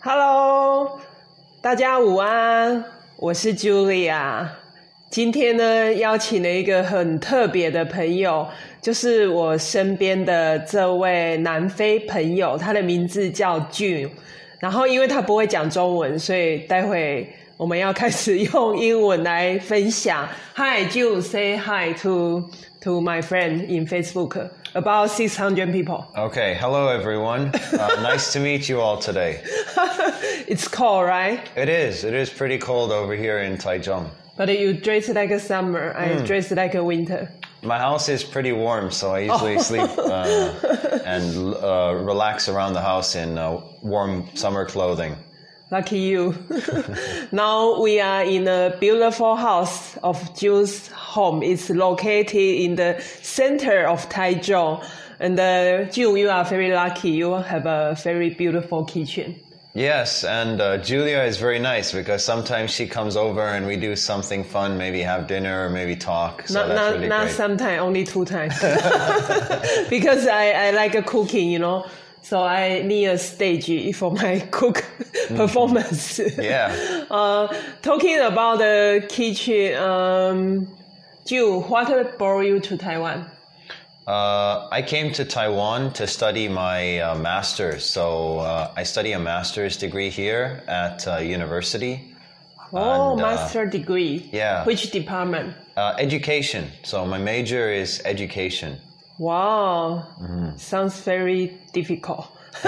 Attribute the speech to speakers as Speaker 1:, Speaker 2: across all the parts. Speaker 1: Hello，大家午安，我是 Julia。今天呢，邀请了一个很特别的朋友，就是我身边的这位南非朋友，他的名字叫 June。然后，因为他不会讲中文，所以待会我们要开始用英文来分享。Hi June, say hi to to my friend in Facebook about six hundred people.
Speaker 2: Okay, hello everyone. Uh, nice to meet you all today.
Speaker 1: It's cold, right?
Speaker 2: It is. It is pretty cold over here in Taichung.
Speaker 1: But you dress like a summer, I
Speaker 2: Hmm.
Speaker 1: dress like a winter.
Speaker 2: My house is pretty warm, so I usually sleep uh, and uh, relax around the house in uh, warm summer clothing.
Speaker 1: Lucky you. now we are in a beautiful house of June's home. It's located in the center of Taichung. And uh, June, you are very lucky. You have a very beautiful kitchen.
Speaker 2: Yes, and uh, Julia is very nice because sometimes she comes over and we do something fun, maybe have dinner or maybe talk. So
Speaker 1: not
Speaker 2: that's
Speaker 1: not,
Speaker 2: really
Speaker 1: not
Speaker 2: great.
Speaker 1: sometimes, only two times. because I, I like cooking, you know. So I need a stage for my cook
Speaker 2: Mm-hmm.
Speaker 1: performance.
Speaker 2: yeah.
Speaker 1: Uh, talking about the kitchen, um, Jill, what brought you to Taiwan?
Speaker 2: Uh, I came to Taiwan to study my uh, master's. So uh, I study a master's degree here at uh, university.
Speaker 1: Oh,
Speaker 2: And, uh,
Speaker 1: master degree.
Speaker 2: yeah.
Speaker 1: Which department?
Speaker 2: Uh, education. So my major is education.
Speaker 1: Wow,
Speaker 2: Mm-hmm.
Speaker 1: sounds very difficult.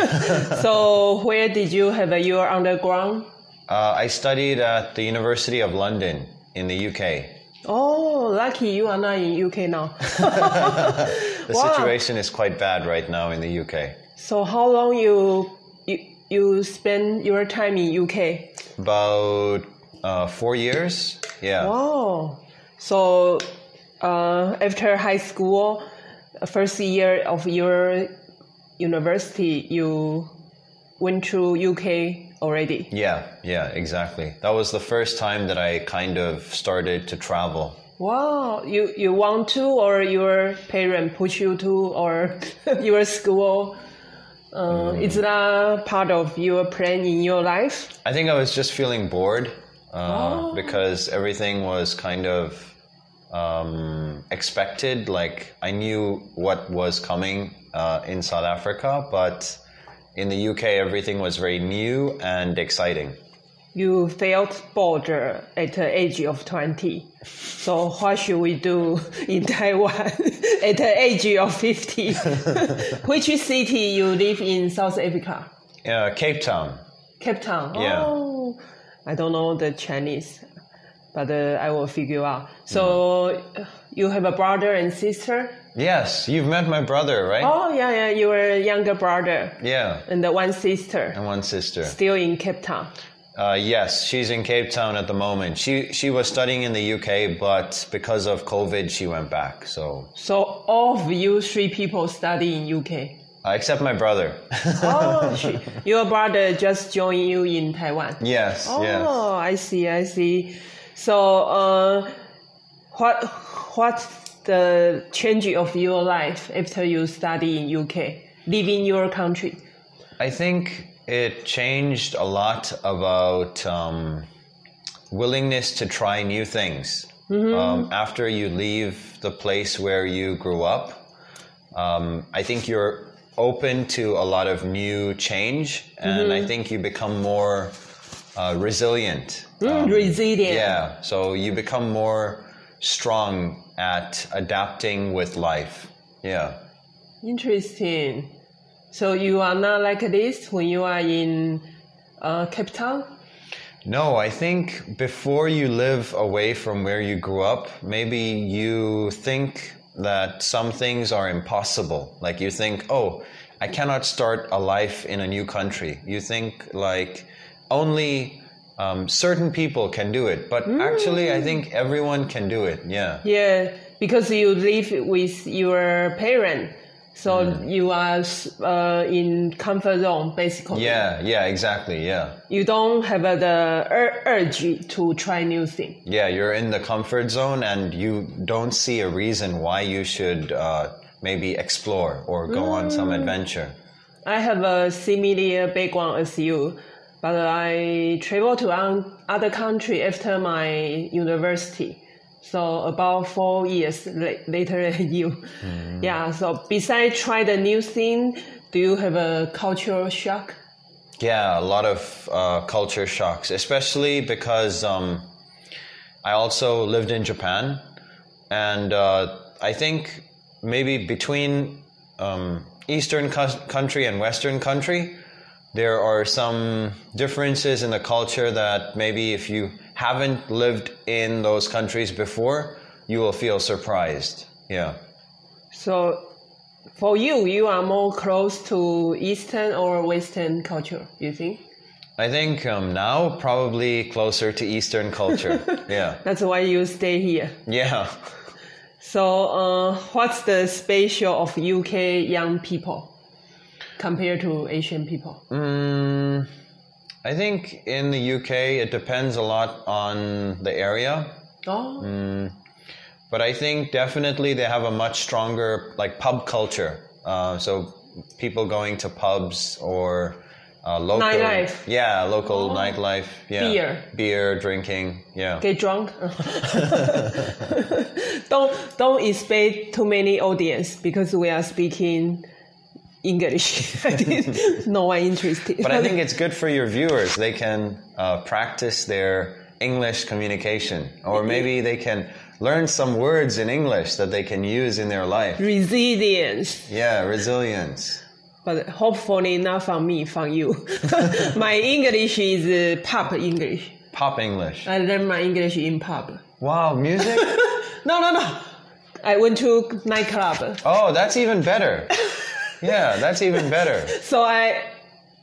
Speaker 1: so where did you have your underground?
Speaker 2: Uh, I studied at the University of London in the UK.
Speaker 1: Oh, lucky you are not in UK now.
Speaker 2: The situation is quite bad right now in the UK.
Speaker 1: So how long you you, you spend your time in UK?
Speaker 2: About uh, four years. Yeah.
Speaker 1: Wow. Oh. So, uh, after high school, first year of your university, you went to UK already.
Speaker 2: Yeah, yeah, exactly. That was the first time that I kind of started to travel.
Speaker 1: Wow. You you want to, or your parent push you to, or your school. Uh, It's not part of your plan in your life.
Speaker 2: I think I was just feeling bored
Speaker 1: Oh.
Speaker 2: uh, because everything was kind of um, expected. Like I knew what was coming uh, in South Africa, but in the UK, everything was very new and exciting.
Speaker 1: You felt bored at the age of 20. So what should we do in Taiwan at the age of 50? Which city you live in South Africa?
Speaker 2: Uh, Cape Town.
Speaker 1: Cape Town.
Speaker 2: Yeah.
Speaker 1: Oh, I don't know the Chinese, but uh, I will figure out. So uh, you have a brother and sister?
Speaker 2: Yes, you've met my brother, right?
Speaker 1: Oh, yeah, yeah, you were a younger brother
Speaker 2: Yeah,
Speaker 1: and the one sister
Speaker 2: and one sister.
Speaker 1: still in Cape Town.
Speaker 2: Uh, yes, she's in Cape Town at the moment. She she was studying in the UK, but because of COVID, she went back. So
Speaker 1: So all of you three people study in UK.
Speaker 2: uh, except my brother.
Speaker 1: Oh, she, your brother just joined you in Taiwan.
Speaker 2: yes,
Speaker 1: Oh,
Speaker 2: yes.
Speaker 1: I see, I see. So, uh, what what's the change of your life after you study in UK, leaving your country?
Speaker 2: I think it changed a lot about um, willingness to try new things. Um, after you leave the place where you grew up, um, I think you're open to a lot of new change, and I think you become more uh, resilient.
Speaker 1: Mm-hmm.
Speaker 2: Um,
Speaker 1: Resilient.
Speaker 2: yeah, so you become more strong at adapting with life. Yeah.
Speaker 1: Interesting. So you are not like this when you are in uh, Cape Town.
Speaker 2: No, I think before you live away from where you grew up, maybe you think that some things are impossible. Like you think, oh, I cannot start a life in a new country. You think, like, only um, certain people can do it. But actually, I think everyone can do it. Yeah.
Speaker 1: Yeah, because you live with your parent, so
Speaker 2: Mm.
Speaker 1: you are uh, in comfort zone basically.
Speaker 2: Yeah, yeah, exactly. Yeah.
Speaker 1: you don't have uh, the ur- urge to try new thing.
Speaker 2: Yeah, you're in the comfort zone and you don't see a reason why you should uh, maybe explore or go on some adventure.
Speaker 1: I have a similar background as you. but I travel to an- other country after my university. So about four years la- later than you. Yeah. So besides try the new thing, do you have a cultural shock?
Speaker 2: Yeah, a lot of uh, culture shocks, especially because um, I also lived in Japan, and uh, I think maybe between um, Eastern cous- country and Western country, there are some differences in the culture that maybe if you haven't lived in those countries before, you will feel surprised. Yeah.
Speaker 1: So for you, you are more close to Eastern or Western culture. You think
Speaker 2: I think um, now probably closer to Eastern culture. yeah.
Speaker 1: that's why you stay here.
Speaker 2: Yeah.
Speaker 1: So uh, what's the special of UK young people compared to Asian people?
Speaker 2: Mm, I think in the UK it depends a lot on the area,
Speaker 1: Oh.
Speaker 2: but I think definitely they have a much stronger like pub culture. Uh, so people going to pubs or uh, local
Speaker 1: Nightlife. Oh.
Speaker 2: yeah, local nightlife, yeah,
Speaker 1: Beer.
Speaker 2: beer drinking, yeah.
Speaker 1: get drunk. don't don't expect too many audience because we are speaking English. I think no one interested.
Speaker 2: But I think it's good for your viewers. They can uh, practice their English communication, or
Speaker 1: Mm-hmm.
Speaker 2: maybe they can learn some words in English that they can use in their life.
Speaker 1: resilience,
Speaker 2: Yeah, resilience.
Speaker 1: but hopefully not from me, from you. my English is uh, pub English.
Speaker 2: Pop English.
Speaker 1: I learned my English in pub.
Speaker 2: Wow, music?
Speaker 1: No, no, no. I went to nightclub,
Speaker 2: oh, that's even better. Yeah, that's even better.
Speaker 1: so I.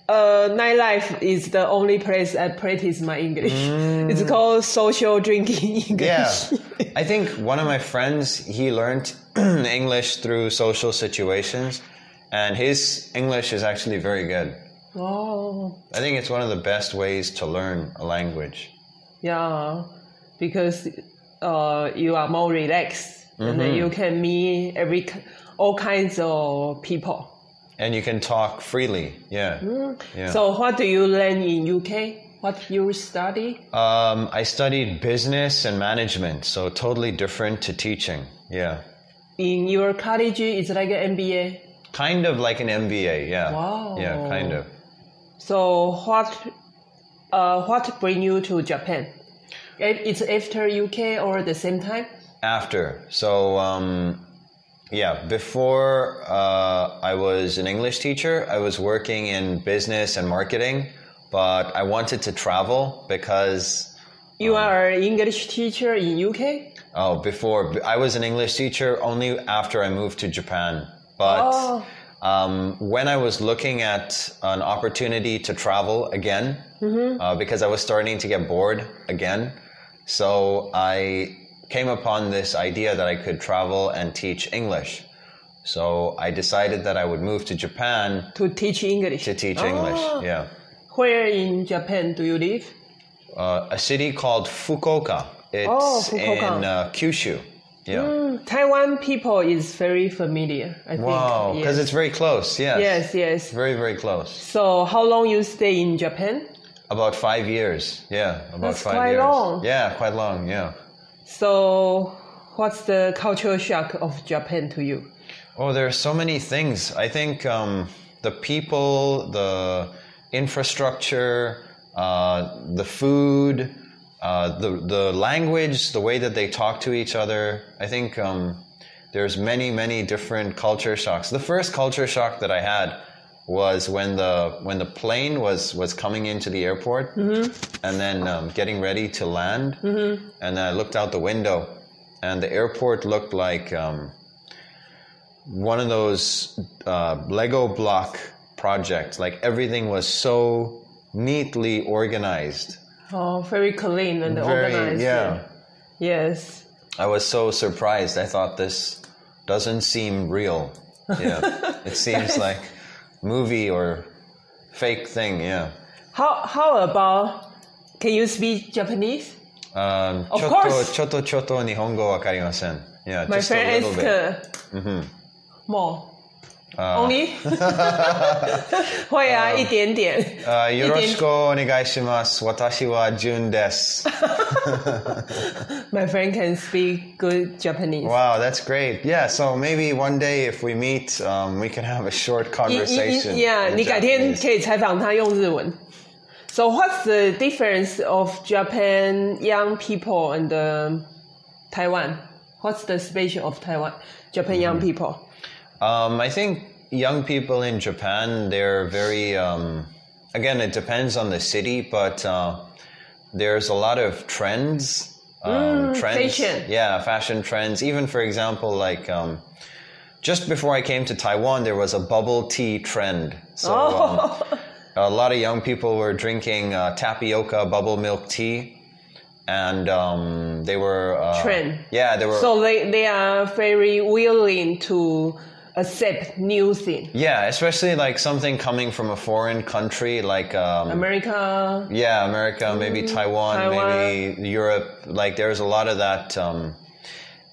Speaker 1: Uh, nightlife is the only place I practice my English. It's called social drinking English.
Speaker 2: Mm. Yeah. I think one of my friends, he learned English through social situations, and his English is actually very good.
Speaker 1: Oh,
Speaker 2: I think it's one of the best ways to learn a language.
Speaker 1: yeah, because uh, you are more relaxed and then
Speaker 2: Mm-hmm.
Speaker 1: you can meet every k- all kinds of people.
Speaker 2: And you can talk freely. Yeah. Yeah.
Speaker 1: Mm. So, what do you learn in UK? What you study?
Speaker 2: Um, I studied business and management, so totally different to teaching. Yeah.
Speaker 1: In your college, it's like an MBA.
Speaker 2: Kind of like an MBA. Yeah.
Speaker 1: Wow.
Speaker 2: Yeah, kind of.
Speaker 1: So, what uh, what bring you to Japan? Eh, It's after UK or the same time?
Speaker 2: after. So, um, yeah, before uh, I was an English teacher, I was working in business and marketing, but I wanted to travel because, Um,
Speaker 1: You are an English teacher in UK.
Speaker 2: oh, before I was an English teacher only after I moved to Japan. But
Speaker 1: Oh.
Speaker 2: um, when I was looking at an opportunity to travel again,
Speaker 1: Mm-hmm.
Speaker 2: uh, because I was starting to get bored again, so I came upon this idea that I could travel and teach English. So I decided that I would move to Japan
Speaker 1: to teach English.
Speaker 2: to teach English.
Speaker 1: Oh.
Speaker 2: Yeah,
Speaker 1: Where in Japan do you live?
Speaker 2: uh, a city called Fukuoka. It's
Speaker 1: Oh, Fukuoka.
Speaker 2: in uh, Kyushu. Yeah.
Speaker 1: Mm, Taiwan people is very familiar, I
Speaker 2: Wow,
Speaker 1: think.
Speaker 2: because
Speaker 1: yes.
Speaker 2: it's very close. Yes.
Speaker 1: yes, yes.
Speaker 2: Very, very close.
Speaker 1: So how long you stay in Japan?
Speaker 2: About five years. Yeah, about
Speaker 1: That's
Speaker 2: five
Speaker 1: quite
Speaker 2: years.
Speaker 1: long.
Speaker 2: Yeah, quite long. Yeah.
Speaker 1: So what's the cultural shock of Japan to you?
Speaker 2: Oh, there are so many things. I think um, the people, the infrastructure, uh, the food, uh, the the language, the way that they talk to each other. I think um, there's many, many different culture shocks. The first culture shock that I had was when the when the plane was was coming into the airport and then um, getting ready to land, and then I looked out the window, and the airport looked like. Um, one of those uh, Lego block projects. Like everything was so neatly organized.
Speaker 1: Oh, very clean and organized.
Speaker 2: yeah.
Speaker 1: Yes.
Speaker 2: I was so surprised. I thought this doesn't seem real. Yeah, it seems like movie or fake thing. Yeah.
Speaker 1: How how about can you speak Japanese?
Speaker 2: Um,
Speaker 1: Of
Speaker 2: choto,
Speaker 1: course.
Speaker 2: choto choto nihongo wakarimasen. Yeah,
Speaker 1: My
Speaker 2: just a Mm-hmm.
Speaker 1: friend
Speaker 2: little
Speaker 1: asked
Speaker 2: bit.
Speaker 1: uh, more.
Speaker 2: Ah.
Speaker 1: Only，会啊，一点点。
Speaker 2: Um, Uh,
Speaker 1: 一点
Speaker 2: Yoroshiku desu.
Speaker 1: My friend can speak good Japanese.
Speaker 2: Wow, that's great. Yeah, so maybe one day if we meet, um, we can have a short
Speaker 1: 一一
Speaker 2: conversation.
Speaker 1: 一 yeah，
Speaker 2: in
Speaker 1: 你改天
Speaker 2: Japanese.
Speaker 1: 可以采访他用日文。So what's the difference of Japan young people and the Taiwan? What's the special of Taiwan Japan young
Speaker 2: Mm-hmm.
Speaker 1: people?
Speaker 2: Um, I think young people in Japan, they're very, um, again, it depends on the city, but uh, there's a lot of trends. Um, trends.
Speaker 1: Mm, fashion.
Speaker 2: Yeah, fashion trends. Even, for example, like um, just before I came to Taiwan, there was a bubble tea trend. So
Speaker 1: Oh.
Speaker 2: um, a lot of young people were drinking uh, tapioca bubble milk tea. And um, they were. Uh,
Speaker 1: Trend.
Speaker 2: Yeah, they were.
Speaker 1: So they they are very willing to accept new thing.
Speaker 2: Yeah, especially like something coming from a foreign country, like um,
Speaker 1: America,
Speaker 2: yeah, America, maybe Taiwan,
Speaker 1: Mm, Taiwan.
Speaker 2: maybe Europe. Like there's a lot of that. Um,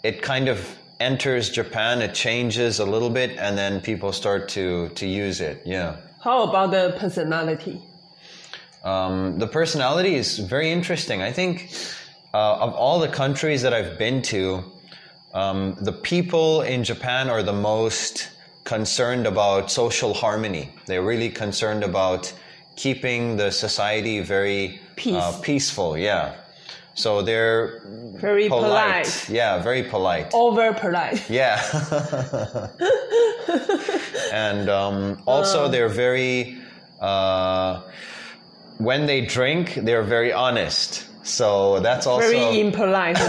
Speaker 2: it kind of enters Japan, it changes a little bit, and then people start to to use it. Yeah.
Speaker 1: how about the personality?
Speaker 2: Um, the personality is very interesting. I think uh, of all the countries that I've been to, um, the people in Japan are the most concerned about social harmony. They're really concerned about keeping the society very uh,
Speaker 1: Peace.
Speaker 2: peaceful. Yeah. So they're
Speaker 1: Very
Speaker 2: polite.
Speaker 1: polite.
Speaker 2: Yeah, very polite.
Speaker 1: over polite.
Speaker 2: Yeah. and um, also, they're very, uh, when they drink, they're very honest. So that's also.
Speaker 1: very impolite.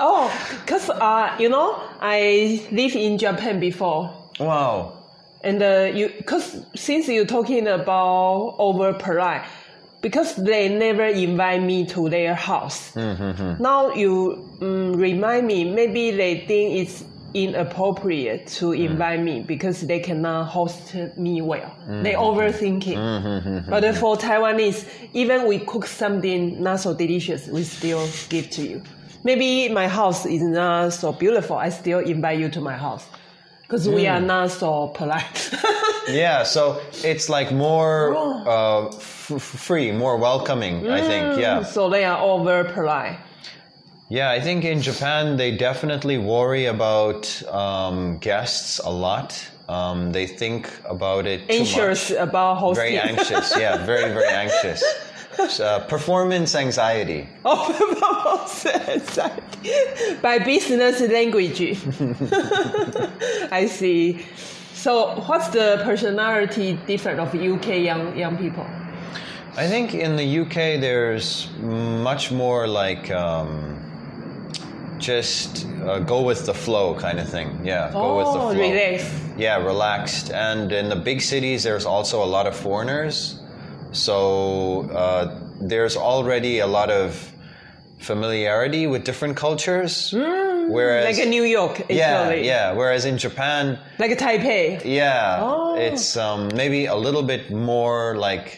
Speaker 1: oh, because uh, you know, I live in Japan before,
Speaker 2: wow.
Speaker 1: and uh, you, because since you're talking about over polite, because they never invite me to their house. Now you um, remind me, maybe they think it's inappropriate to
Speaker 2: Mm.
Speaker 1: invite me because they cannot host me well.
Speaker 2: Mm-hmm.
Speaker 1: They overthinking. But uh, for Taiwanese, even we cook something not so delicious, we still give to you. Maybe my house is not so beautiful. I still invite you to my house because we are not so polite.
Speaker 2: Mm. Yeah, so it's like more uh, f- f- free, more welcoming, I think. Yeah.
Speaker 1: so they are over polite.
Speaker 2: Yeah, I think in Japan they definitely worry about um, guests a lot. Um, they think about it too much.
Speaker 1: Anxious about hosting.
Speaker 2: Very anxious, yeah, very, very anxious. So, uh, performance anxiety.
Speaker 1: Oh, anxiety. By business language. I see. So, what's the personality different of UK young young people?
Speaker 2: I think in the UK there's much more like um, just uh, go with the flow kind of thing. Yeah, go with the
Speaker 1: oh,
Speaker 2: flow.
Speaker 1: relax.
Speaker 2: Yeah, relaxed. And in the big cities, there's also a lot of foreigners. So uh, there's already a lot of familiarity with different cultures. whereas,
Speaker 1: Mm, Like a New York,
Speaker 2: yeah,
Speaker 1: actually.
Speaker 2: yeah. Whereas in Japan,
Speaker 1: Like a Taipei.
Speaker 2: yeah,
Speaker 1: Oh.
Speaker 2: it's um, maybe a little bit more like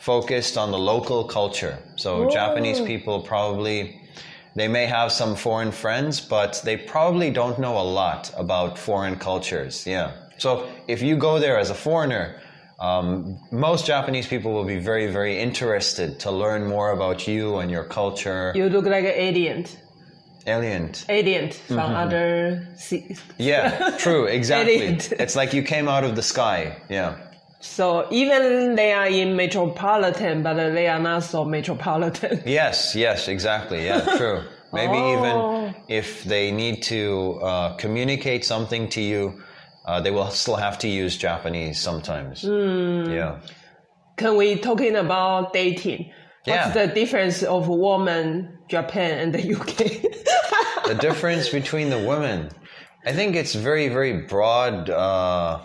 Speaker 2: focused on the local culture. So Japanese people probably they may have some foreign friends, but they probably don't know a lot about foreign cultures. Yeah. So if you go there as a foreigner, um, most Japanese people will be very, very interested to learn more about you and your culture.
Speaker 1: You look like an alien,
Speaker 2: Alien.
Speaker 1: alien from
Speaker 2: Mm-hmm.
Speaker 1: other sea.
Speaker 2: Yeah, true, exactly.
Speaker 1: Alien.
Speaker 2: it's like you came out of the sky. Yeah.
Speaker 1: So even they are in metropolitan, but they are not so metropolitan.
Speaker 2: Yes, yes, exactly. Yeah, true. Maybe
Speaker 1: Oh.
Speaker 2: even if they need to uh, communicate something to you, uh, they will still have to use Japanese sometimes.
Speaker 1: Hmm.
Speaker 2: Yeah.
Speaker 1: Can we talking about dating?
Speaker 2: Yeah.
Speaker 1: What's the difference of woman Japan and the UK?
Speaker 2: The difference between the women, I think it's very, very broad uh,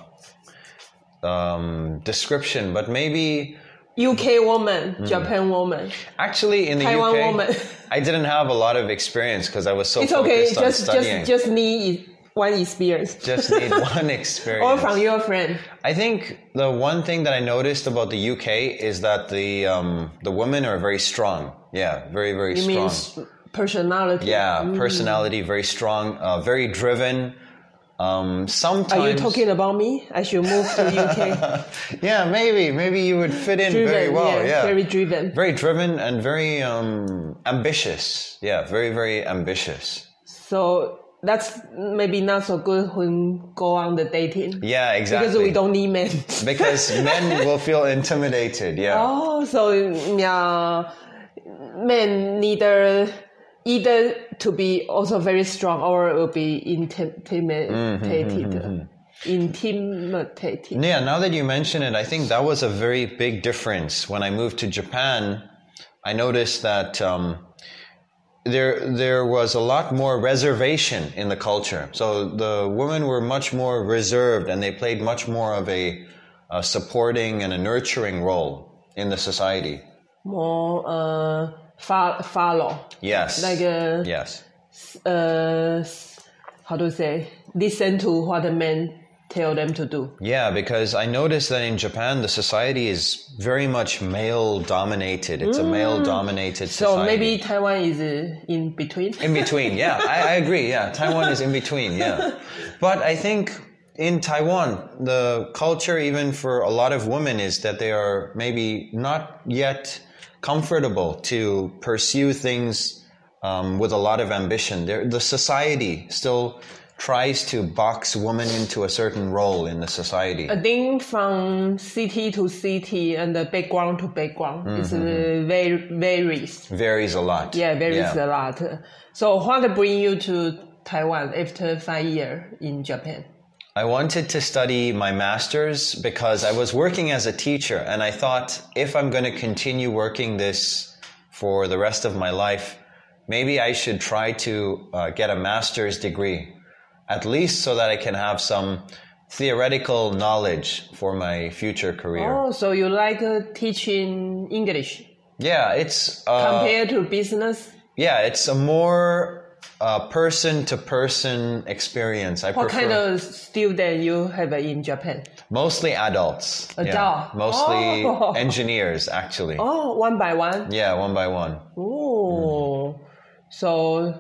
Speaker 2: um, description, but maybe
Speaker 1: UK woman,
Speaker 2: Mm.
Speaker 1: Japan woman.
Speaker 2: actually in the
Speaker 1: Taiwan
Speaker 2: UK,
Speaker 1: woman.
Speaker 2: I didn't have a lot of experience because I was so
Speaker 1: It's okay.
Speaker 2: focused on
Speaker 1: Just
Speaker 2: studying.
Speaker 1: just just need one experience.
Speaker 2: Just need one experience.
Speaker 1: Or from your friend.
Speaker 2: I think the one thing that I noticed about the UK is that the um, the women are very strong. Yeah, very very
Speaker 1: You Mm.
Speaker 2: strong.
Speaker 1: mean personality.
Speaker 2: yeah, personality very strong, uh, very driven. Um, sometimes.
Speaker 1: Are you talking about me? I should move to UK.
Speaker 2: yeah, maybe. Maybe you would fit in
Speaker 1: driven,
Speaker 2: very well. Yeah.
Speaker 1: Very driven.
Speaker 2: Very driven and very um, ambitious. Yeah, very, very ambitious.
Speaker 1: So that's maybe not so good when go on the dating.
Speaker 2: Yeah, exactly.
Speaker 1: Because we don't need men.
Speaker 2: Because men will feel intimidated. Yeah.
Speaker 1: Oh, so yeah, men neither either to be also very strong or will be intimidated, intimidated.
Speaker 2: Yeah, now that you mention it, I think that was a very big difference. When I moved to Japan, I noticed that um, there there was a lot more reservation in the culture. So the women were much more reserved, and they played much more of a, a supporting and a nurturing role in the society.
Speaker 1: more uh fo- follow
Speaker 2: Yes.
Speaker 1: like uh,
Speaker 2: yes.
Speaker 1: uh how to say listen to what the men tell them to do.
Speaker 2: Yeah, because I noticed that in Japan, the society is very much male dominated. It's a male dominated
Speaker 1: Mm. So
Speaker 2: society.
Speaker 1: maybe Taiwan is uh, in between.
Speaker 2: in between. Yeah, I, I agree. Yeah, Taiwan is in between. Yeah, but I think in Taiwan, the culture, even for a lot of women, is that they are maybe not yet comfortable to pursue things um, with a lot of ambition. There, the society still tries to box women into a certain role in the society.
Speaker 1: I think from city to city and the background to background it's uh, very varies.
Speaker 2: Varies a lot.
Speaker 1: Yeah, varies
Speaker 2: Yeah.
Speaker 1: a lot. So what bring you to Taiwan after five year in Japan?
Speaker 2: I wanted to study my master's because I was working as a teacher and I thought if I'm going to continue working this for the rest of my life, maybe I should try to uh, get a master's degree, at least so that I can have some theoretical knowledge for my future career.
Speaker 1: Oh, so you like uh, teaching
Speaker 2: Uh,
Speaker 1: English
Speaker 2: Yeah, it's uh,
Speaker 1: compared to business?
Speaker 2: yeah, it's a more person to person experience. I
Speaker 1: What
Speaker 2: prefer
Speaker 1: kind of student you have in Japan?
Speaker 2: mostly adults. Yeah,
Speaker 1: Adult.
Speaker 2: mostly
Speaker 1: Oh.
Speaker 2: engineers actually.
Speaker 1: Oh, one by one.
Speaker 2: Yeah, one by one.
Speaker 1: Oh, so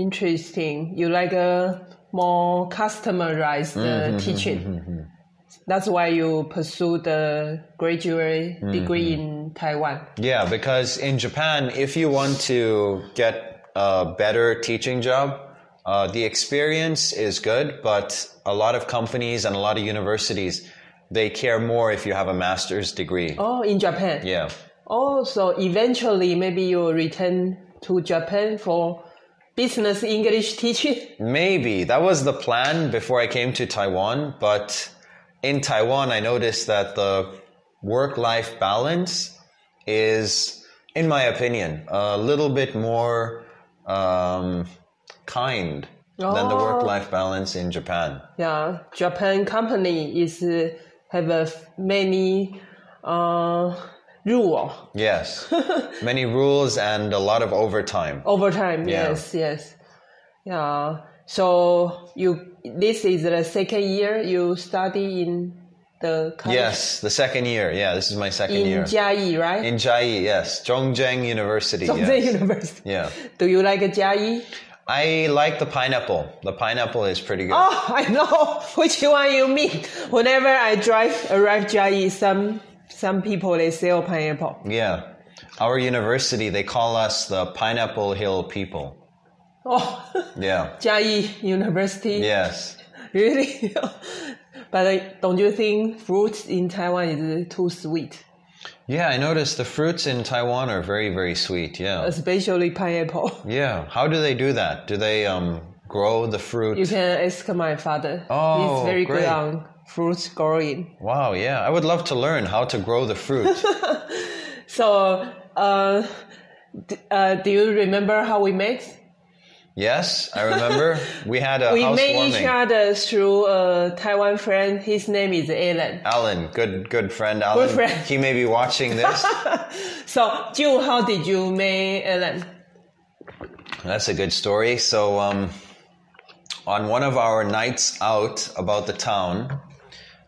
Speaker 1: interesting. You like a more customized uh,
Speaker 2: Mm-hmm,
Speaker 1: teaching. That's why you pursue the graduate
Speaker 2: Mm-hmm.
Speaker 1: degree in Taiwan.
Speaker 2: Yeah, because in Japan, if you want to get a better teaching job, uh, the experience is good, but a lot of companies and a lot of universities, they care more if you have a master's degree.
Speaker 1: Oh, in Japan.
Speaker 2: Yeah.
Speaker 1: Oh, so eventually maybe you'll return to Japan for business English teaching.
Speaker 2: Maybe. That was the plan before I came to Taiwan, but in Taiwan, I noticed that the work life balance is, in my opinion, a little bit more um, kind than the
Speaker 1: Oh.
Speaker 2: work life balance in Japan.
Speaker 1: Yeah, Japan company is uh, have a f- many uh, rule
Speaker 2: Yes. Many rules and a lot of overtime.
Speaker 1: Oh, overtime.
Speaker 2: Yeah.
Speaker 1: Yes, yes, yeah. So you this is the second year you study in the college
Speaker 2: Yes, the second year. Yeah, this is my second
Speaker 1: in
Speaker 2: year.
Speaker 1: Jiayi, right?
Speaker 2: in Jiayi, yes. Zhongzheng University.
Speaker 1: Zhongzhen
Speaker 2: yes.
Speaker 1: University.
Speaker 2: Yeah.
Speaker 1: Do you like Jiayi?
Speaker 2: I like the pineapple. The pineapple is pretty good.
Speaker 1: Oh, I know which one you mean. Whenever I drive arrive Jiayi, some some people they sell pineapple.
Speaker 2: Yeah. Our university, they call us the Pineapple Hill people.
Speaker 1: Oh.
Speaker 2: Yeah.
Speaker 1: Jiayi University.
Speaker 2: Yes.
Speaker 1: Really? but uh, don't you think fruits in Taiwan is too sweet,
Speaker 2: Yeah, I noticed the fruits in Taiwan are very, very sweet. Yeah.
Speaker 1: especially pineapple?
Speaker 2: Yeah. How do they do that? Do they um, grow the fruit?
Speaker 1: You can ask my father.
Speaker 2: Oh,
Speaker 1: He's very
Speaker 2: great.
Speaker 1: good on fruits growing.
Speaker 2: Wow, yeah. I would love to learn how to grow the fruit.
Speaker 1: So, uh, d- uh, do you remember how we met?
Speaker 2: yes, I remember we had a
Speaker 1: We met each
Speaker 2: housewarming.
Speaker 1: other through a Taiwan friend. His name is Alan.
Speaker 2: Alan, good good friend Alan.
Speaker 1: Good friend.
Speaker 2: He may be watching this.
Speaker 1: So, Jill, how did you uh, meet Alan?
Speaker 2: That's a good story. So, um, on one of our nights out about the town,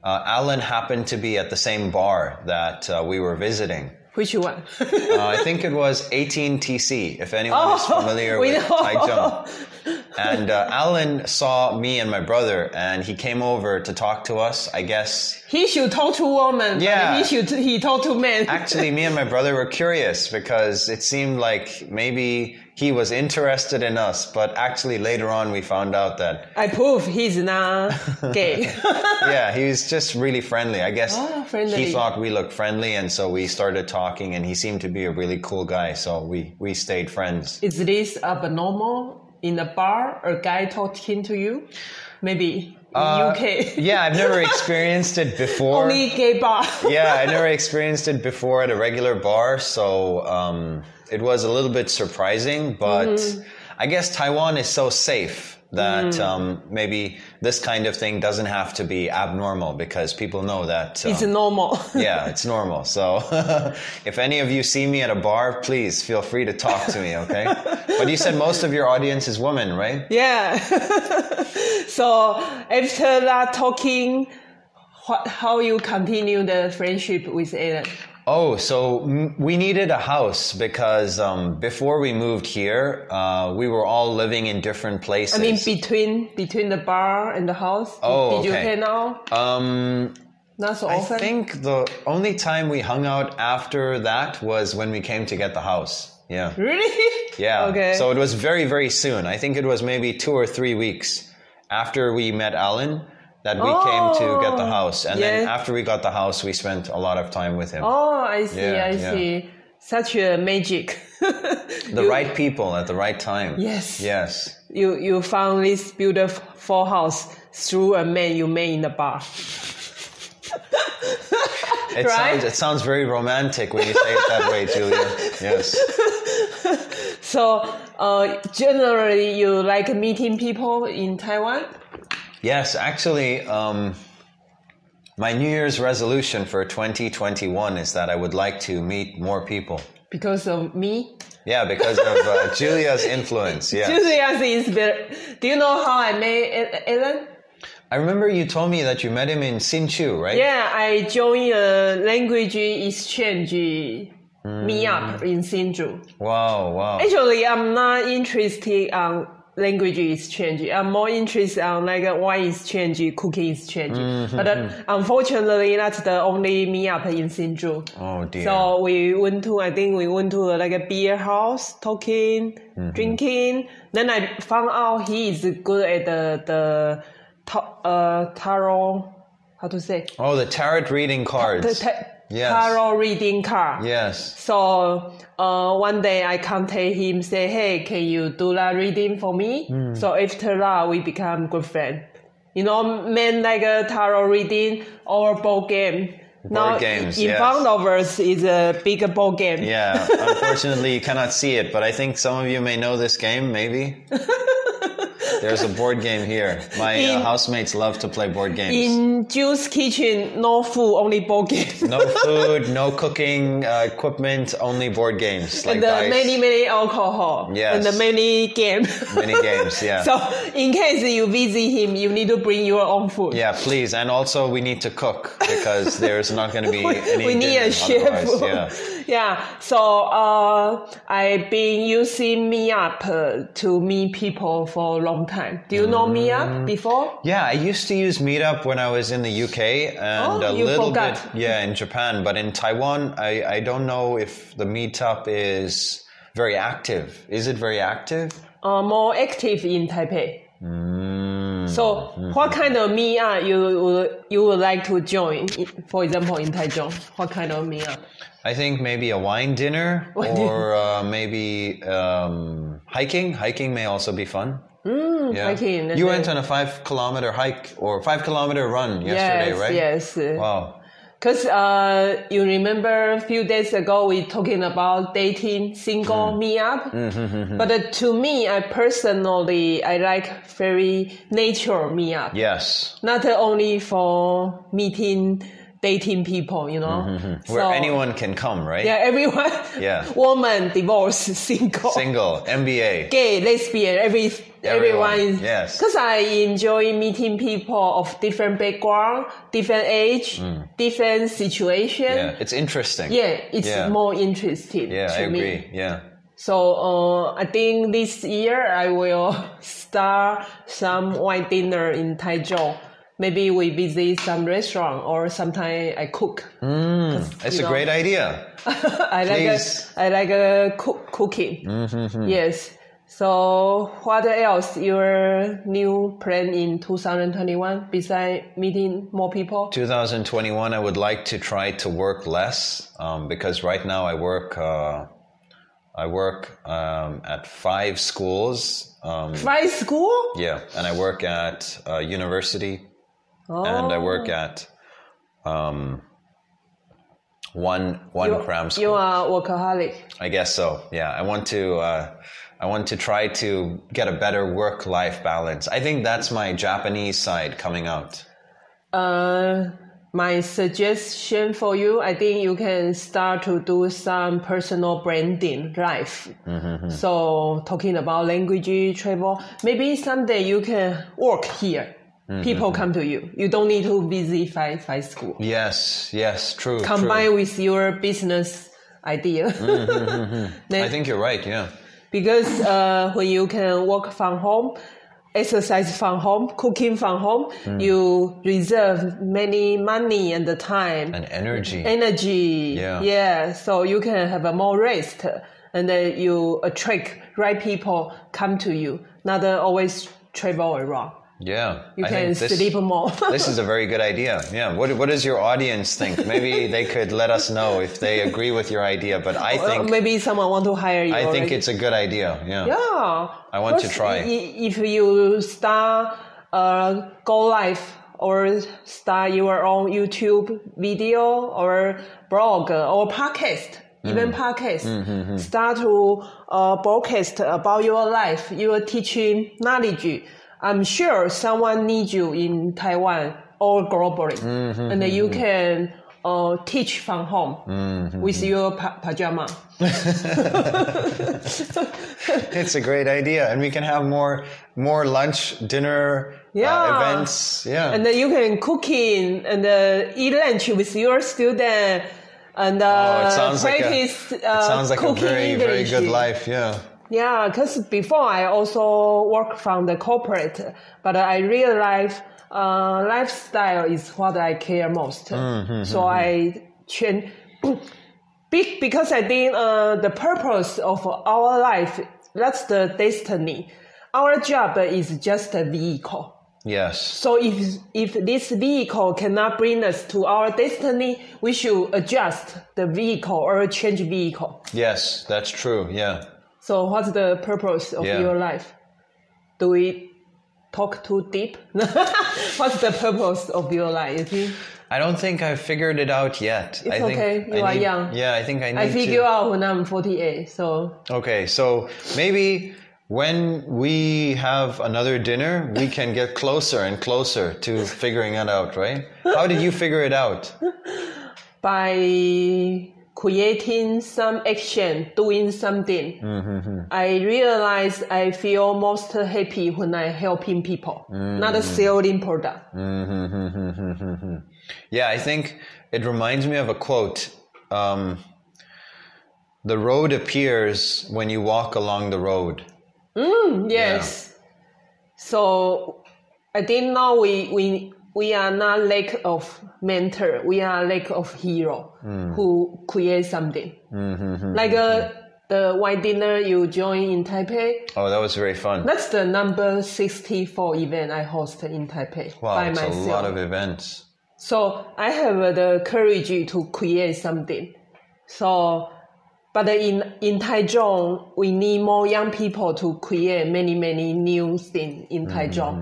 Speaker 2: uh, Alan happened to be at the same bar that uh, we were visiting.
Speaker 1: Which one?
Speaker 2: Uh, I think it was 18TC, if anyone is familiar
Speaker 1: Oh, we
Speaker 2: with
Speaker 1: know.
Speaker 2: Taichung. And uh, Alan saw me and my brother, and he came over to talk to us. I guess
Speaker 1: He should talk to woman.
Speaker 2: Yeah.
Speaker 1: But he should he talk to man.
Speaker 2: actually, me and my brother were curious because it seemed like maybe he was interested in us, but actually later on we found out that
Speaker 1: I prove he's not gay.
Speaker 2: yeah, he was just really friendly. I guess
Speaker 1: Ah, friendly.
Speaker 2: he thought we looked friendly, and so we started talking, and he seemed to be a really cool guy, so we we stayed friends.
Speaker 1: Is this abnormal in a bar? A guy talking to you? Maybe in
Speaker 2: Uh,
Speaker 1: UK.
Speaker 2: yeah, I've never experienced it before.
Speaker 1: Only gay bar.
Speaker 2: yeah, I never experienced it before at a regular bar, so um, it was a little bit surprising. But
Speaker 1: Mm-hmm.
Speaker 2: I guess Taiwan is so safe that
Speaker 1: Mm.
Speaker 2: um, maybe this kind of thing doesn't have to be abnormal because people know that. um,
Speaker 1: It's normal.
Speaker 2: yeah, it's normal. So if any of you see me at a bar, please feel free to talk to me, okay? but you said most of your audience is women, right?
Speaker 1: Yeah. so after that talking, what, how you continue the friendship with Alan?
Speaker 2: Oh, so mm, we needed a house because um, before we moved here, uh, we were all living in different places.
Speaker 1: I mean, between between the bar and the house. Did-
Speaker 2: Oh,
Speaker 1: did you
Speaker 2: okay.
Speaker 1: hang out?
Speaker 2: um,
Speaker 1: Not so
Speaker 2: I
Speaker 1: often.
Speaker 2: think the only time we hung out after that was when we came to get the house. Yeah.
Speaker 1: really?
Speaker 2: Yeah.
Speaker 1: Okay.
Speaker 2: So it was very, very soon. I think it was maybe two or three weeks after we met Alan that we came to get the
Speaker 1: Oh,
Speaker 2: house. And then
Speaker 1: yeah.
Speaker 2: after we got the house, we spent a lot of time with him.
Speaker 1: oh, I see. I
Speaker 2: Yeah, yeah.
Speaker 1: see. Such a magic.
Speaker 2: the right people at the right time.
Speaker 1: Yes.
Speaker 2: Yes.
Speaker 1: You you found this beautiful house through a man you met in the bar.
Speaker 2: It
Speaker 1: Right?
Speaker 2: sounds it sounds very romantic when you say it that way, Julia. Yes.
Speaker 1: So, uh, generally, you like meeting people in Taiwan.
Speaker 2: Yes, actually, um, my New Year's resolution for 2021 is that I would like to meet more people.
Speaker 1: Because of me,
Speaker 2: Yeah, because of uh, Julia's influence. Yeah.
Speaker 1: Julius is very. Do you know how I met A- Alan?
Speaker 2: I remember you told me that you met him in Sinchu, right?
Speaker 1: Yeah, I joined a language exchange meetup in Sinju.
Speaker 2: Wow, wow.
Speaker 1: Actually, I'm not interested on language exchange. I'm more interested on like a wine exchange, cooking exchange. But uh, unfortunately, that's the only meetup in Sinju.
Speaker 2: Oh dear.
Speaker 1: So we went to, I think we went to like a beer house, talking, drinking. Then I found out he is good at the the ta- uh, tarot. How to say?
Speaker 2: oh, the tarot reading
Speaker 1: The
Speaker 2: cards.
Speaker 1: ta-
Speaker 2: Yes.
Speaker 1: tarot reading card.
Speaker 2: yes.
Speaker 1: So uh, one day I contact him, say, "Hey, can you do that reading for me?"
Speaker 2: Hmm.
Speaker 1: So after that, we become good friend. You know, men like a tarot reading or board game. now,
Speaker 2: games,
Speaker 1: in
Speaker 2: yes.
Speaker 1: front of us is a big board game.
Speaker 2: Yeah. Unfortunately, you cannot see it, but I think some of you may know this game, maybe. There's a board game here. My uh,
Speaker 1: In-
Speaker 2: housemates love to play board games.
Speaker 1: In Juice kitchen, no food, only board game.
Speaker 2: no food, no cooking uh, equipment, only board games like
Speaker 1: and the
Speaker 2: dice,
Speaker 1: many many alcohol.
Speaker 2: Yes.
Speaker 1: And the many game.
Speaker 2: many games. Yeah.
Speaker 1: so in case you visit him, you need to bring your own food.
Speaker 2: Yeah, please. And also, we need to cook because there's not going to be any.
Speaker 1: we need a
Speaker 2: dinner
Speaker 1: chef.
Speaker 2: otherwise, Yeah.
Speaker 1: Yeah. So uh, I've been using Meetup uh, to meet people for a long time. Do you know
Speaker 2: Mm.
Speaker 1: Meetup before?
Speaker 2: Yeah, I used to use Meetup when I was in the UK and
Speaker 1: Oh,
Speaker 2: a
Speaker 1: you
Speaker 2: little
Speaker 1: forgot.
Speaker 2: bit, yeah, in Japan. But in Taiwan, I, I don't know if the Meetup is very active. Is it very active?
Speaker 1: Uh, more active in Taipei. So
Speaker 2: Mm.
Speaker 1: what kind of Meetup you would- you would like to join? For example, in Taichung, what kind of Meetup?
Speaker 2: I think maybe a wine dinner
Speaker 1: Wine
Speaker 2: or uh, maybe um, hiking. Hiking may also be fun. Mm,
Speaker 1: Hmm, hiking, that's
Speaker 2: You
Speaker 1: right.
Speaker 2: went on a five kilometer hike or five kilometer run yesterday,
Speaker 1: yes,
Speaker 2: right?
Speaker 1: yes. uh,
Speaker 2: Wow.
Speaker 1: Because uh, you remember a few days ago we talking about dating single
Speaker 2: Mm.
Speaker 1: meetup,
Speaker 2: hmm,
Speaker 1: but uh, to me, I personally I like very nature meetup,
Speaker 2: Yes.
Speaker 1: not only for meeting dating people, you know,
Speaker 2: Mm, hmm, Where
Speaker 1: So,
Speaker 2: anyone can come, right?
Speaker 1: yeah, everyone,
Speaker 2: Yeah.
Speaker 1: woman, divorced, single,
Speaker 2: Single, MBA.
Speaker 1: gay, lesbian, every everyone.
Speaker 2: Everyone, yes.
Speaker 1: Because I enjoy meeting people of different background, different age, different situation.
Speaker 2: Mm. Yeah, it's interesting.
Speaker 1: Yeah, it's
Speaker 2: Yeah.
Speaker 1: more interesting
Speaker 2: Yeah,
Speaker 1: to
Speaker 2: I
Speaker 1: me.
Speaker 2: agree. Yeah.
Speaker 1: So uh, I think this year I will start some white dinner in Taichung. Maybe we visit some restaurant or sometime I cook.
Speaker 2: It's
Speaker 1: You
Speaker 2: Mm, a
Speaker 1: know.
Speaker 2: great idea.
Speaker 1: I like a,
Speaker 2: Please.
Speaker 1: I like a cook, cooking. Yes. So what else your new plan in 2021 beside meeting more people?
Speaker 2: 2021, I would like to try to work less um, because right now I work. Uh, I work um, at five schools. Um,
Speaker 1: Five school?
Speaker 2: yeah, and I work at uh, university,
Speaker 1: Oh.
Speaker 2: and I work at um, one one cram school.
Speaker 1: Oh, You are workaholic.
Speaker 2: I guess so. Yeah, I want to. Uh, I want to try to get a better work-life balance. I think that's my Japanese side coming out.
Speaker 1: Uh, my suggestion for you, I think you can start to do some personal branding life. So talking about language, travel, maybe someday you can work here. People come to you. You don't need to visit five five school.
Speaker 2: Yes, yes, true.
Speaker 1: Combine with your business idea.
Speaker 2: true. I think you're right. Yeah.
Speaker 1: because uh, when you can work from home, exercise from home, cooking from home, you reserve many money and the time,
Speaker 2: and energy.
Speaker 1: energy.
Speaker 2: Yeah.
Speaker 1: so you can have a more rest, and then you attract right people come to you, not uh, always travel around.
Speaker 2: yeah,
Speaker 1: You
Speaker 2: I
Speaker 1: can
Speaker 2: think this,
Speaker 1: sleep more.
Speaker 2: this is a very good idea. Yeah. What What does your audience think? Maybe they could let us know if they agree with your idea. But I
Speaker 1: Uh,
Speaker 2: think
Speaker 1: Maybe someone want to hire you.
Speaker 2: I think
Speaker 1: already.
Speaker 2: it's a good idea. Yeah.
Speaker 1: Yeah.
Speaker 2: I want to
Speaker 1: Because
Speaker 2: try.
Speaker 1: i- If you start uh, Go Live or start your own YouTube video or blog or podcast,
Speaker 2: Mm-hmm.
Speaker 1: even podcast, start to uh, broadcast about your life, your teaching knowledge. I'm sure someone needs you in Taiwan or globally,
Speaker 2: Mm-hmm.
Speaker 1: and then you can uh, teach from home
Speaker 2: Mm-hmm.
Speaker 1: with your pa- pajama.
Speaker 2: It's a great idea, and we can have more more lunch, dinner, uh,
Speaker 1: Yeah.
Speaker 2: events. Yeah.
Speaker 1: and then you can cooking and uh, eat lunch with your student and uh,
Speaker 2: Oh, it sounds like a, it
Speaker 1: practice uh,
Speaker 2: sounds like a
Speaker 1: cooking
Speaker 2: very very
Speaker 1: English.
Speaker 2: good life. Yeah.
Speaker 1: Yeah, because before I also work from the corporate, but I realized uh, lifestyle is what I care most.
Speaker 2: Mm, hmm,
Speaker 1: so I change. Big because I think uh, the purpose of our life that's the destiny. Our job is just a vehicle.
Speaker 2: Yes.
Speaker 1: So if if this vehicle cannot bring us to our destiny, we should adjust the vehicle or change vehicle.
Speaker 2: Yes, that's true. Yeah.
Speaker 1: So what's the purpose of
Speaker 2: Yeah.
Speaker 1: your life? Do we talk too deep? what's the purpose of your life? You think?
Speaker 2: I don't think I've figured it out yet. I think
Speaker 1: okay,
Speaker 2: I
Speaker 1: you are
Speaker 2: need-
Speaker 1: young.
Speaker 2: Yeah, I think I need
Speaker 1: I figure
Speaker 2: to.
Speaker 1: out when I'm 48. So
Speaker 2: Okay, so maybe when we have another dinner, we can get closer and closer to figuring it out, right? How did you figure it out?
Speaker 1: by creating some action, doing something, I realize I feel most happy when I helping people, not selling product.
Speaker 2: Yeah, I think it reminds me of a quote. Um, the road appears when you walk along the road.
Speaker 1: Yes. So I think now we we we are not lack of mentor. We are lack of hero
Speaker 2: Mm.
Speaker 1: who create something. Like uh, the white dinner you join in Taipei.
Speaker 2: Oh, that was very fun.
Speaker 1: That's the number sixty four event I host in Taipei
Speaker 2: Wow,
Speaker 1: by
Speaker 2: it's a
Speaker 1: myself.
Speaker 2: lot of events.
Speaker 1: So I have uh, the courage to create something. So, but in in Taichung, we need more young people to create many many new things in Taichung.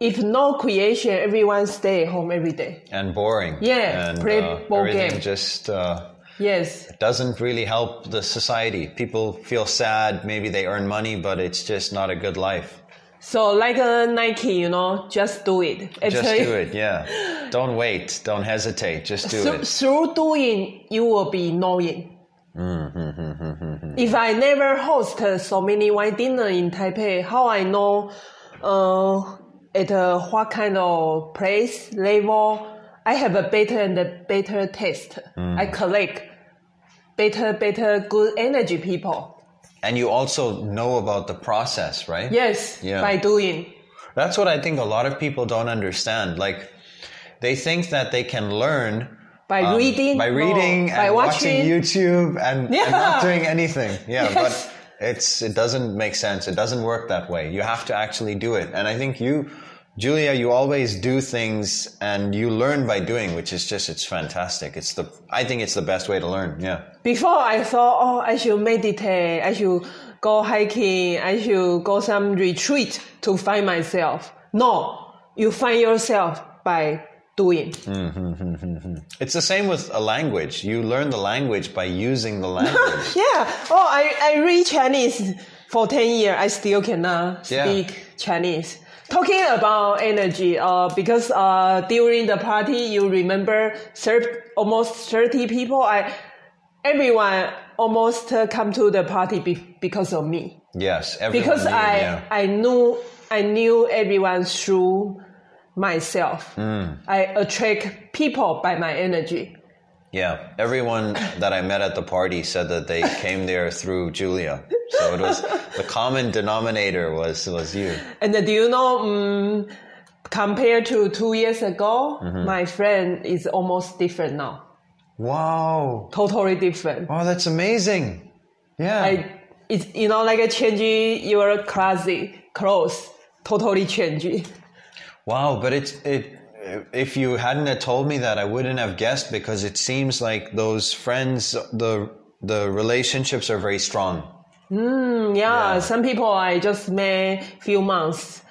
Speaker 1: If no creation, everyone stay home every day.
Speaker 2: And boring.
Speaker 1: Yeah,
Speaker 2: and,
Speaker 1: play
Speaker 2: uh,
Speaker 1: ball
Speaker 2: everything
Speaker 1: game.
Speaker 2: just uh,
Speaker 1: Yes,
Speaker 2: doesn't really help the society. People feel sad. Maybe they earn money, but it's just not a good life.
Speaker 1: so like uh, Nike, you know, just do it.
Speaker 2: Just do it. Yeah. Don't wait. Don't hesitate. Just do
Speaker 1: through,
Speaker 2: it.
Speaker 1: through doing, you will be knowing.
Speaker 2: Mm-hmm.
Speaker 1: if I never host uh, so many wine dinner in Taipei, how I know uh, at uh, what kind of place level I have a better and a
Speaker 2: Mm.
Speaker 1: better taste. I collect better, better, good energy people.
Speaker 2: and you also know about the process, right?
Speaker 1: Yes,
Speaker 2: Yeah.
Speaker 1: by doing.
Speaker 2: That's what I think a lot of people don't understand. Like, they think that they can learn
Speaker 1: By
Speaker 2: um,
Speaker 1: reading.
Speaker 2: by
Speaker 1: no,
Speaker 2: reading,
Speaker 1: by
Speaker 2: and watching,
Speaker 1: watching.
Speaker 2: YouTube, and, and not
Speaker 1: Yeah.
Speaker 2: doing anything. Yeah,
Speaker 1: Yes.
Speaker 2: but it's it doesn't make sense. It doesn't work that way. You have to actually do it. And I think you, Julia, you always do things and you learn by doing, which is just it's fantastic. It's the I think it's the best way to learn. Yeah,
Speaker 1: Before I thought, oh, I should meditate, I should go hiking, I should go some retreat to find myself. No, you find yourself by doing. Mm-hmm.
Speaker 2: it's the same with a language. You learn the language by using the language.
Speaker 1: Yeah. Oh, I, I read Chinese for 10 years. I still cannot
Speaker 2: Yeah.
Speaker 1: speak Chinese. Talking about energy, uh, because uh, during the party, you remember thir- almost 30 people. I Everyone almost uh, come to the party be- because of me.
Speaker 2: yes, everyone
Speaker 1: Because
Speaker 2: knew,
Speaker 1: I,
Speaker 2: yeah.
Speaker 1: I, knew, I knew everyone through myself.
Speaker 2: Hmm.
Speaker 1: I attract people by my energy.
Speaker 2: Yeah, everyone that I met at the party said that they came there through Julia. So it was the common denominator was was you.
Speaker 1: And do you know, um, compared to two years ago,
Speaker 2: Mm-hmm.
Speaker 1: my friend is almost different now.
Speaker 2: Wow!
Speaker 1: Totally different.
Speaker 2: Oh, that's amazing. Yeah,
Speaker 1: I, it's, you know, like a changing your classy clothes, totally changing.
Speaker 2: Wow, but it's it. If you hadn't have told me that, I wouldn't have guessed because it seems like those friends, the the relationships are very strong.
Speaker 1: Mm, yeah, some people I just met few months.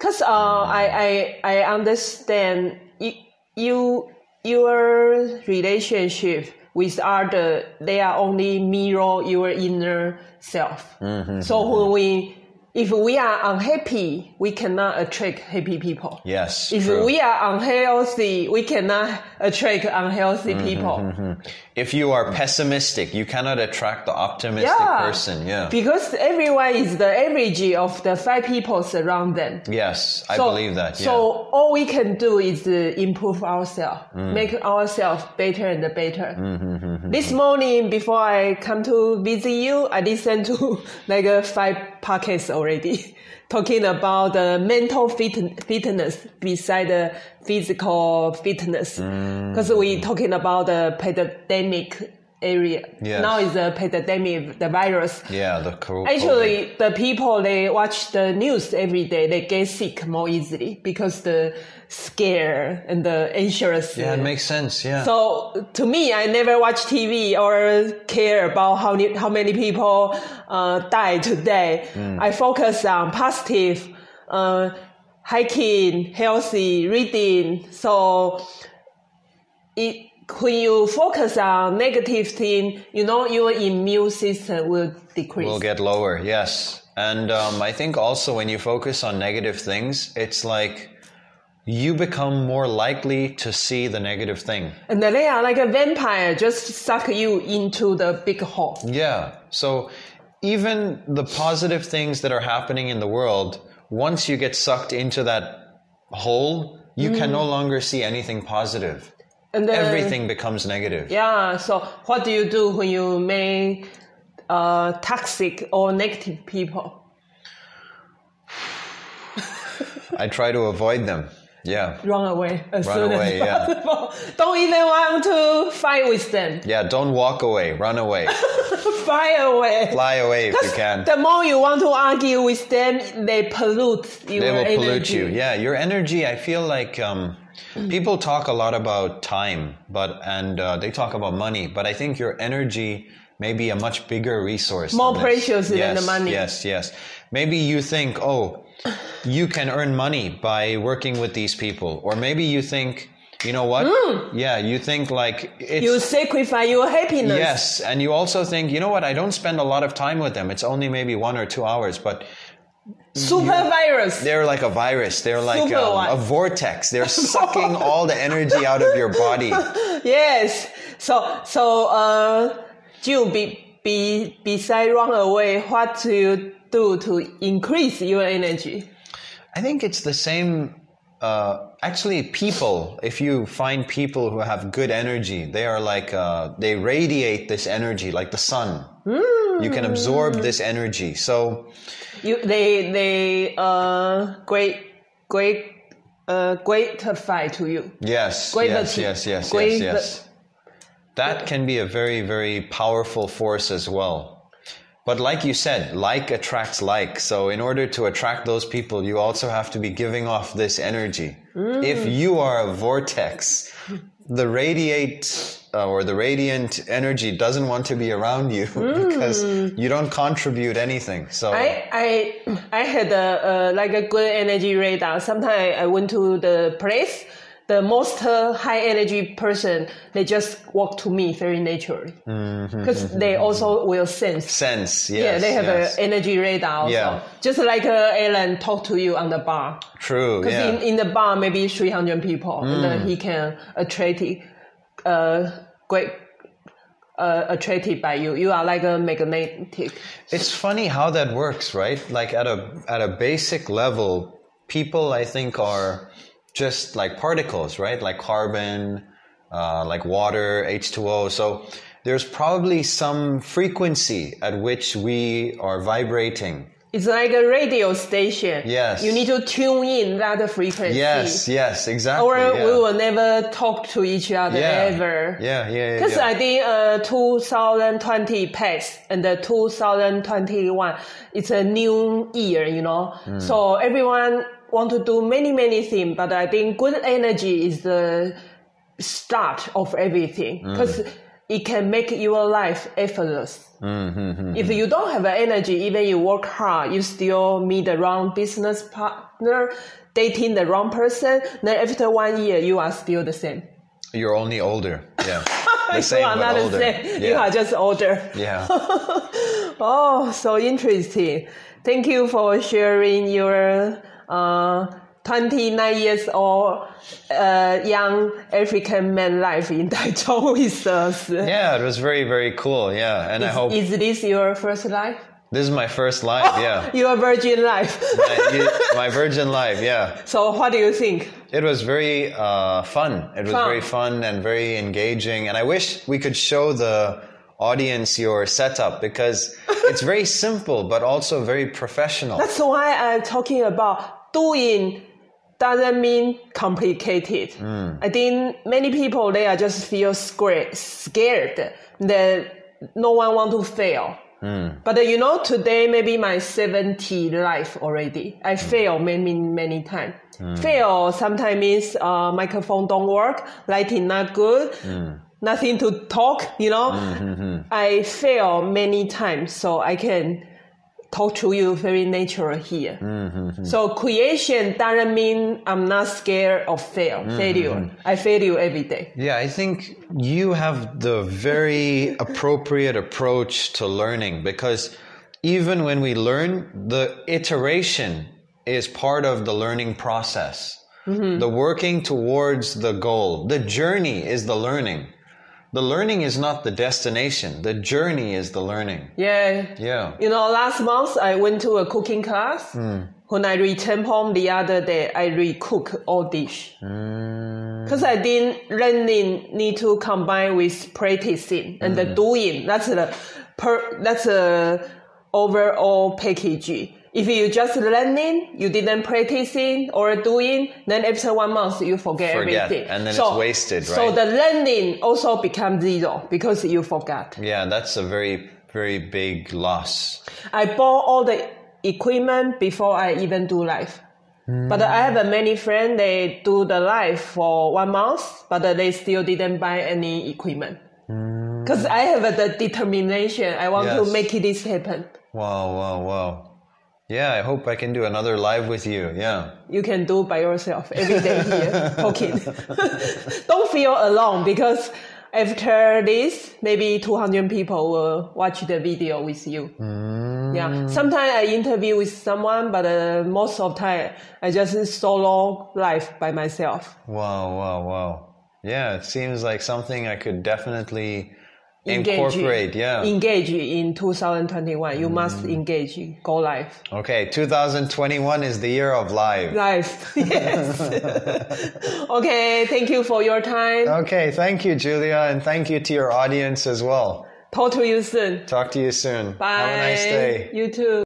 Speaker 1: Cause uh,
Speaker 2: Mm.
Speaker 1: I, I I understand you, you your relationship with other they are only mirror your inner self.
Speaker 2: Mm-hmm.
Speaker 1: So when we if we are unhappy, we cannot attract happy people.
Speaker 2: Yes,
Speaker 1: If
Speaker 2: true.
Speaker 1: we are unhealthy, we cannot attract unhealthy
Speaker 2: Mm-hmm,
Speaker 1: people.
Speaker 2: if you are pessimistic, you cannot attract the optimistic
Speaker 1: Yeah.
Speaker 2: person. Yeah.
Speaker 1: Because everyone is the average of the five people surround them.
Speaker 2: Yes, I believe that. Yeah.
Speaker 1: So all we can do is uh, improve ourselves,
Speaker 2: Mm.
Speaker 1: make ourselves better and better. This morning, before I come to visit you, I listened to like uh, five podcasts already, talking about the mental fit- fitness beside the physical fitness,
Speaker 2: Mm.
Speaker 1: because we talking about the pandemic area.
Speaker 2: Yes.
Speaker 1: Now is the pandemic, the virus.
Speaker 2: yeah, the co- COVID.
Speaker 1: Actually, the people they watch the news every day, they get sick more easily because the scare and the anxious.
Speaker 2: Yeah, it makes sense. Yeah.
Speaker 1: so to me, I never watch TV or care about how ne- how many people uh, die today.
Speaker 2: Mm.
Speaker 1: I focus on positive, uh, hiking, healthy, reading. So it. When you focus on negative thing, you know your immune system will decrease.
Speaker 2: will get lower. Yes. And um, I think also when you focus on negative things, it's like you become more likely to see the negative thing.
Speaker 1: And they are like a vampire, just suck you into the big hole.
Speaker 2: Yeah. So even the positive things that are happening in the world, once you get sucked into that hole, you can no longer see anything positive.
Speaker 1: And then,
Speaker 2: Everything becomes negative.
Speaker 1: Yeah. So what do you do when you meet uh, toxic or negative people?
Speaker 2: I try to avoid them. Yeah.
Speaker 1: Run away as
Speaker 2: Run
Speaker 1: soon
Speaker 2: away, yeah.
Speaker 1: as possible. Don't even want to fight with them.
Speaker 2: Yeah, don't walk away. Run away.
Speaker 1: Fly away.
Speaker 2: Fly away if you can.
Speaker 1: The more you want to argue with them, they pollute your
Speaker 2: they will
Speaker 1: energy.
Speaker 2: pollute you yeah your energy i feel like um, people talk a lot about time but and uh, they talk about money but i think your energy may be a much bigger resource
Speaker 1: More
Speaker 2: than
Speaker 1: precious
Speaker 2: this.
Speaker 1: than
Speaker 2: yes,
Speaker 1: the money.
Speaker 2: yes yes maybe you think oh you can earn money by working with these people or maybe you think you know what
Speaker 1: Mm.
Speaker 2: yeah you think like it's
Speaker 1: You sacrifice your happiness.
Speaker 2: Yes, and you also think, you know what? I don't spend a lot of time with them. It's only maybe one or two hours, but
Speaker 1: Super virus.
Speaker 2: they're like a virus. They're like
Speaker 1: Super
Speaker 2: um, a
Speaker 1: one.
Speaker 2: vortex. They're sucking all the energy out of your body.
Speaker 1: Yes. So so uh, Jill, be, be, beside run away, what do you do to increase your energy?
Speaker 2: I think it's the same. Uh, actually, people. If you find people who have good energy, they are like uh, they radiate this energy, like the sun. You can absorb this energy. So
Speaker 1: You they they uh great great uh gratify to you.
Speaker 2: yes,
Speaker 1: Guai
Speaker 2: yes,
Speaker 1: Bati.
Speaker 2: yes, yes,
Speaker 1: Guai
Speaker 2: yes, yes. That can be a very, very powerful force as well. But like you said, like attracts like. So in order to attract those people, you also have to be giving off this energy.
Speaker 1: Mm.
Speaker 2: If you are a vortex, the radiate uh, or the radiant energy doesn't want to be around you because you don't contribute anything. So
Speaker 1: Mm. I I I had a uh, like a good energy radar. Sometimes I, I went to the place. The most uh, high energy person, they just walk to me very naturally because they also will sense.
Speaker 2: sense, yes,
Speaker 1: yeah, they have
Speaker 2: yes.
Speaker 1: an energy radar. Also.
Speaker 2: Yeah.
Speaker 1: just like uh, Alan talked to you on the bar.
Speaker 2: True.
Speaker 1: Because
Speaker 2: Yeah.
Speaker 1: in,
Speaker 2: Mm.
Speaker 1: in the bar, maybe 300 people, and then he can attract it, uh, great, uh, attracted by you. You are like a magnetic.
Speaker 2: it's funny how that works, right? Like at a at a basic level, people I think are just like particles, right? Like carbon, uh, like water, H2O. So there's probably some frequency at which we are vibrating.
Speaker 1: It's like a radio station.
Speaker 2: Yes.
Speaker 1: You need to tune in that frequency.
Speaker 2: Yes, yes, exactly.
Speaker 1: Or
Speaker 2: yeah.
Speaker 1: we will never talk to each other
Speaker 2: yeah.
Speaker 1: ever.
Speaker 2: Yeah, yeah, yeah.
Speaker 1: Because
Speaker 2: yeah.
Speaker 1: I think uh, 2020 passed and the 2021, it's a new year, you know. So everyone want to do many, many things, but I think good energy is the start of everything because it can make your life effortless. If you don't have energy, even you work hard, you still meet the wrong business partner, dating the wrong person, then after one year, you are still the same.
Speaker 2: You're only older. Yeah. The
Speaker 1: You
Speaker 2: same,
Speaker 1: are
Speaker 2: but
Speaker 1: not the
Speaker 2: older.
Speaker 1: same.
Speaker 2: Yeah.
Speaker 1: You are just older.
Speaker 2: yeah.
Speaker 1: Oh, so interesting. Thank you for sharing your uh, 29 years old uh, young African man life in Taichung with us.
Speaker 2: Yeah, it was very, very cool. Yeah. And I hope
Speaker 1: Is this your first life?
Speaker 2: this is my first live. Yeah.
Speaker 1: Your virgin life.
Speaker 2: my, you- my virgin life yeah
Speaker 1: so, what do you think?
Speaker 2: it was very uh, fun it was
Speaker 1: Fun.
Speaker 2: very fun and very engaging and i wish we could show the audience your setup because it's very simple but also very professional
Speaker 1: That's why I'm talking about doing doesn't mean complicated. I think many people they are just feel scared, scared that no one want to fail. But uh, you know, today maybe my 70 life already. I fail many, many times. Fail sometimes means uh, microphone don't work, lighting not good, nothing to talk, you know. I fail many times, so I can talk to you very natural here. So creation doesn't mean I'm not scared of fail, failure. I fail you every day.
Speaker 2: yeah i think you have the very appropriate approach to learning because even when we learn the iteration is part of the learning process the working towards the goal the journey is the learning the learning is not the destination the journey is the learning
Speaker 1: Yeah.
Speaker 2: yeah
Speaker 1: You know, last month I went to a cooking class.
Speaker 2: Hmm.
Speaker 1: When I returned home the other day, I recook all dish.
Speaker 2: Hmm.
Speaker 1: Because I think learning need to combine with practicing and
Speaker 2: Hmm.
Speaker 1: the doing. That's the per, that's the overall package. If you just learning, you didn't practicing or doing, then after one month you forget,
Speaker 2: Forget,
Speaker 1: everything.
Speaker 2: and then it's wasted,
Speaker 1: So
Speaker 2: right?
Speaker 1: the learning also becomes zero because you forgot.
Speaker 2: yeah that's a very very big loss
Speaker 1: I bought all the equipment before I even do live. But I have a many friends, they do the live for one month, but they still didn't buy any equipment. Because I have the determination, I want to
Speaker 2: Yes.
Speaker 1: make it this happen.
Speaker 2: wow wow wow yeah i hope i can do another live with you yeah
Speaker 1: You can do by yourself every day here, talking. Don't feel alone because after this, maybe 200 people will watch the video with you.
Speaker 2: Mm.
Speaker 1: Yeah. Sometimes I interview with someone, but uh, most of time I just solo life by myself.
Speaker 2: Wow, wow, wow. Yeah, it seems like something I could definitely
Speaker 1: Engage.
Speaker 2: incorporate. Yeah. Mm.
Speaker 1: Engage in 2021. You must engage. Go live.
Speaker 2: okay, 2021 is the year of live.
Speaker 1: Life. Yes. okay. Thank you for your time.
Speaker 2: Okay, thank you, Julia, and thank you to your audience as well.
Speaker 1: Talk to you soon.
Speaker 2: Talk to you soon.
Speaker 1: Bye.
Speaker 2: Have a nice day.
Speaker 1: You too.